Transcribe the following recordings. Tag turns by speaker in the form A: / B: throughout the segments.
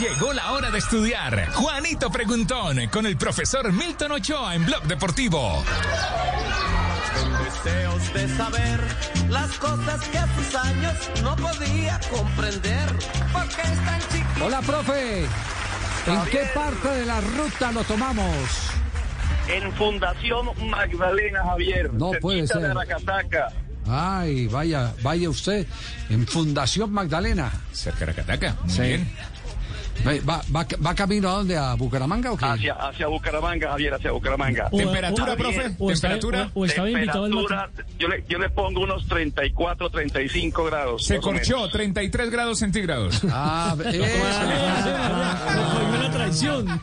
A: Llegó la hora de estudiar. Juanito Preguntón con el profesor Milton Ochoa en Blog Deportivo.
B: deseos de saber las cosas que a sus años no podía comprender. Porque es tan chiquito.
C: Hola, profe. ¿En qué parte de la ruta lo tomamos?
D: en Fundación Magdalena Javier.
C: No puede
D: cerquita
C: ser.
D: De Aracataca.
C: Ay, vaya, vaya usted. En Fundación Magdalena.
A: Cerca de Aracataca. Muy
C: Sí.
A: bien.
C: Ve, ¿Va, va, va camino a dónde? ¿A Bucaramanga o qué?
D: Hacia, hacia Bucaramanga, Javier, hacia Bucaramanga.
E: O-
A: Temperatura,
E: o-
A: profe.
E: o está-
A: Temperatura.
E: o- o Uh, pues estaba invitado el
D: Temperatura, yo le, yo le pongo unos 34, 35 grados.
A: Se
D: más o menos.
A: corchó 33 grados centígrados.
C: Ah, ve- esa.
E: Nos cogió la traición.
C: Ah,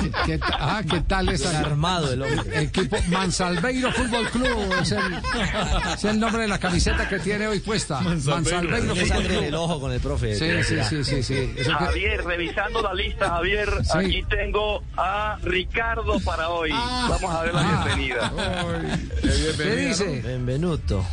C: ¿qué, qué- ah, ¿qué tal esa?
B: Armado el hombre.
C: Equipo Mansalveiro Fútbol Club es el, es el nombre de la camiseta que tiene hoy puesta. Mansalveiro
B: Le
C: Fútbol
B: sangre en
C: Club.
B: el ojo con el profe.
C: Sí, sí, sí, sí, sí. Eso que-
D: Javier, revisando la lista, Javier,
C: Sí.
D: aquí tengo a Ricardo para hoy. Vamos a ver la
C: Ah.
D: bienvenida.
C: ¿Qué dice?
B: Benvenuto.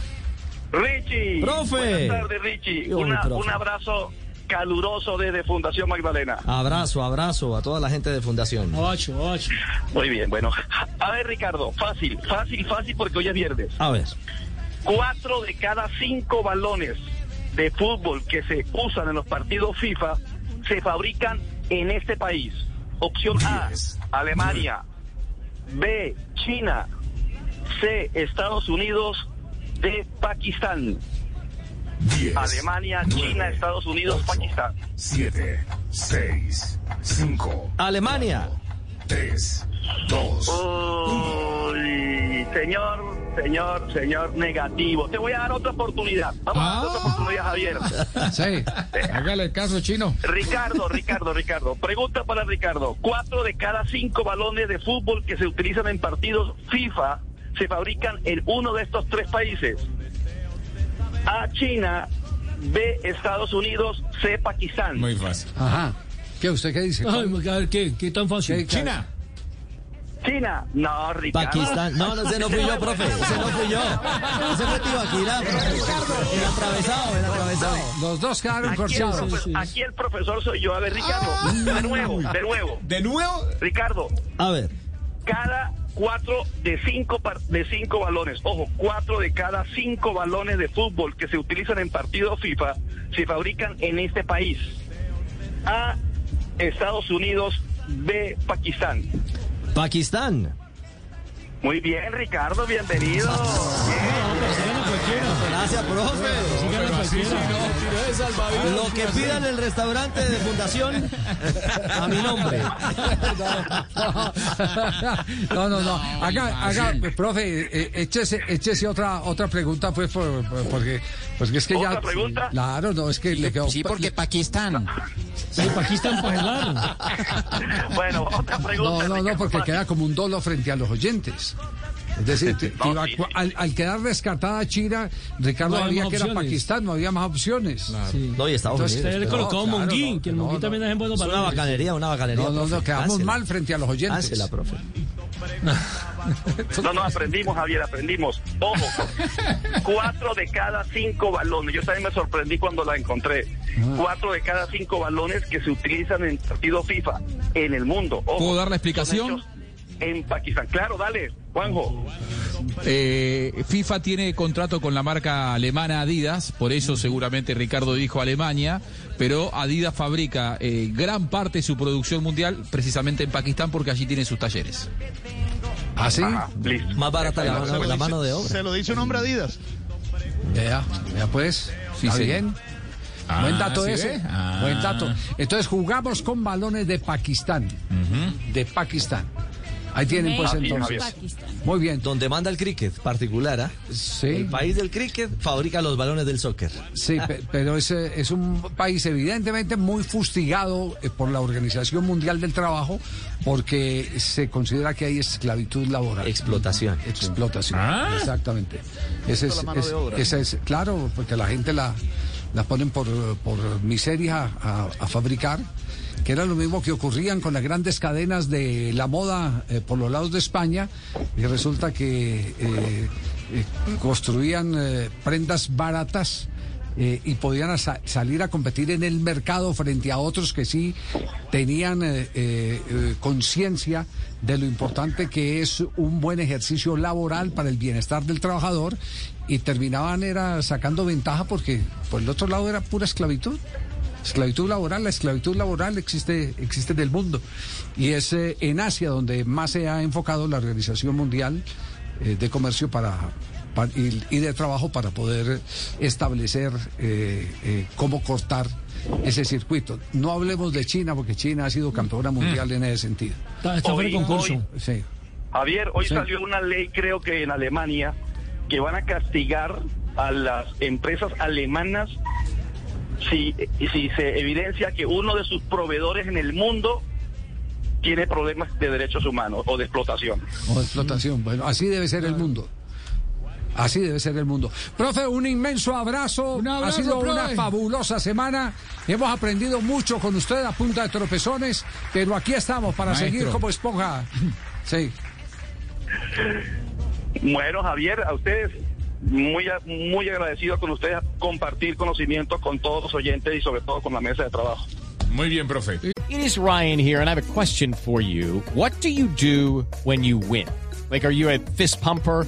D: Richie.
B: Profe.
D: Buenas tardes, Richie.
B: Uy,
D: Una-
B: profe.
D: Un abrazo caluroso desde Fundación Magdalena.
B: Abrazo, abrazo a toda la gente de Fundación.
E: Ocho, ocho.
D: Muy bien, bueno. A ver, Ricardo, fácil, fácil, fácil, porque hoy es viernes.
B: A ver.
D: Cuatro de cada cinco balones de fútbol que se usan en los partidos FIFA se fabrican en este país. Opción A, Alemania. B, China. C, Estados Unidos. D, Pakistán. Alemania, China, Estados Unidos, Pakistán.
F: 7, 6, 5,
B: Alemania.
F: 3, 2.
D: Uy, señor, señor, señor negativo. Te voy a dar otra oportunidad. Vamos a dar otra oportunidad, Javier.
C: Sí.
A: Hágale caso, chino.
D: Ricardo, Ricardo, Ricardo. Pregunta para Ricardo. Cuatro de cada cinco balones de fútbol que se utilizan en partidos FIFA se fabrican en uno de estos tres países. A, China. B, Estados Unidos. C, Pakistán.
A: Muy fácil.
C: Ajá. ¿Qué usted qué dice?
E: Ay, a ver, ¿qué, qué tan fácil?
C: ¿Qué-
A: China.
D: China. No, Ricardo.
B: Pakistán. No, no, ese no fui yo, profe. Ese no fui yo. Ese fue Tibaquirá. El atravesado, el atravesado.
C: Los dos quedaron
D: Aquí el,
C: corchados.
D: profe- aquí el profesor soy yo. A ver, Ricardo.
B: Ah.
D: De nuevo, de nuevo.
A: De nuevo.
D: Ricardo,
B: A ver.
D: cada cuatro de cinco par- de cinco balones, ojo, cuatro de cada cinco balones de fútbol que se utilizan en partidos FIFA se fabrican en este país. A Estados Unidos, B Pakistán.
B: Pakistán.
D: Muy bien, Ricardo, bienvenido.
B: Gracias, profe.
A: Pero así sí, no.
B: Lo que pidan en el restaurante de Fundación a mi nombre.
C: No, no, no. Haga, haga, profe, eh, échese, échese otra, otra pregunta, pues, por- por- porque, porque es que ya.
D: ¿Otra pregunta?
C: Claro, no, es que le quedó.
G: Sí, porque Pakistán.
E: Sí, Pakistán para hablar.
D: Bueno, otra
C: No,
D: pregunta.
C: no, no,
D: Ricardo.
C: porque queda como un dolo frente a los oyentes. Es decir, que- que iba-
D: sí, sí.
C: al, al quedar descartada China, Ricardo
E: No había
C: había
E: más
C: que era
E: opciones.
C: Pakistán, no había más opciones.
B: No, y Estados
C: Entonces,
B: Unidos.
E: Usted le
C: No,
E: colocó
C: claro,
E: Monguín,
C: no,
E: que el
C: no,
E: Monguín
C: no.
E: también es buenos
B: Es una
E: balones.
B: bacanería, una bacanería.
C: No, no,
B: profe.
C: no, quedamos
B: Hácela.
C: mal frente a los oyentes.
B: Hácela, profe.
D: No, no, aprendimos, Javier, aprendimos. Ojo, cuatro de cada cinco balones. Yo también me sorprendí cuando la encontré.
A: Ah.
D: Cuatro de cada cinco balones que se utilizan en partido FIFA en el mundo. Ojo,
A: ¿Puedo dar la explicación?
D: son hechos En Pakistán. Claro, dale, Juanjo.
H: Eh, FIFA tiene contrato con la marca alemana Adidas, por eso seguramente Ricardo dijo Alemania, pero Adidas fabrica eh, gran parte de su producción mundial precisamente en Pakistán porque allí tiene sus talleres.
C: ¿Ah, sí?
D: Ah, listo.
B: Más barata la, mano- la mano de obra.
I: Se lo dice un hombre a Adidas.
C: Ya, ya pues.
H: Sí,
C: Está
H: señor.
C: bien.
A: Ah,
C: Buen dato
A: ¿sí
C: ese.
A: ve? Ah.
C: Buen dato. Entonces jugamos con balones de Pakistán. De Pakistán. Ahí tienen pues
D: Así es,
C: entonces.
J: Pakistán.
C: Muy bien.
B: Donde manda el cricket particular, ¿ah?
C: Sí,
B: El país del cricket fabrica los balones del soccer.
C: sí, pe- pero es, eh, es un país evidentemente muy fustigado eh, por la Organización Mundial del Trabajo porque se considera que hay esclavitud laboral.
B: Explotación.
C: Explotación, exactamente. Ese es,
B: la mano
C: es-
B: de obra.
C: esa es- claro, porque la gente la, la ponen por, eh, por miseria a, a fabricar, que era lo mismo que ocurrían con las grandes cadenas de la moda eh, por los lados de España, y resulta que eh, eh, construían eh, prendas baratas. eh, y podían asa- salir a competir en el mercado frente a otros que sí tenían eh, eh, eh, conciencia de lo importante que es un buen ejercicio laboral para el bienestar del trabajador y terminaban era sacando ventaja porque por el otro lado era pura esclavitud. Esclavitud laboral, la esclavitud laboral existe, existe en el mundo. Y es eh, en Asia donde más se ha enfocado la Organización Mundial eh, de Comercio para, pa- y, y de Trabajo para poder establecer eh, eh, cómo cortar ese circuito. No hablemos de China, porque China ha sido campeona mundial en ese sentido.
A: Ah,
E: Está, está fuera de
D: Hoy- hoy-
E: concurso.
C: Sí.
D: Javier, hoy
C: Sí.
D: salió una ley, creo que en Alemania, que van a castigar a las empresas alemanas si, si se evidencia que uno de sus proveedores en el mundo tiene problemas de derechos humanos o de explotación.
C: O de explotación. Bueno, así debe ser el mundo. Así debe ser el mundo. Profe, un inmenso abrazo.
H: Un abrazo,
C: ha sido una
H: profe.
C: fabulosa semana. Hemos aprendido mucho con usted a punta de tropezones, pero aquí estamos para
H: Maestro.
C: seguir como esponja. Sí.
D: Bueno, Javier, a ustedes muy a- muy agradecido con ustedes compartir conocimiento con todos los oyentes y sobre todo con la mesa de trabajo.
A: Muy bien, profe.
G: It is Ryan here, and I have a question for you. What do you do when you win? Like, are you a fist pumper?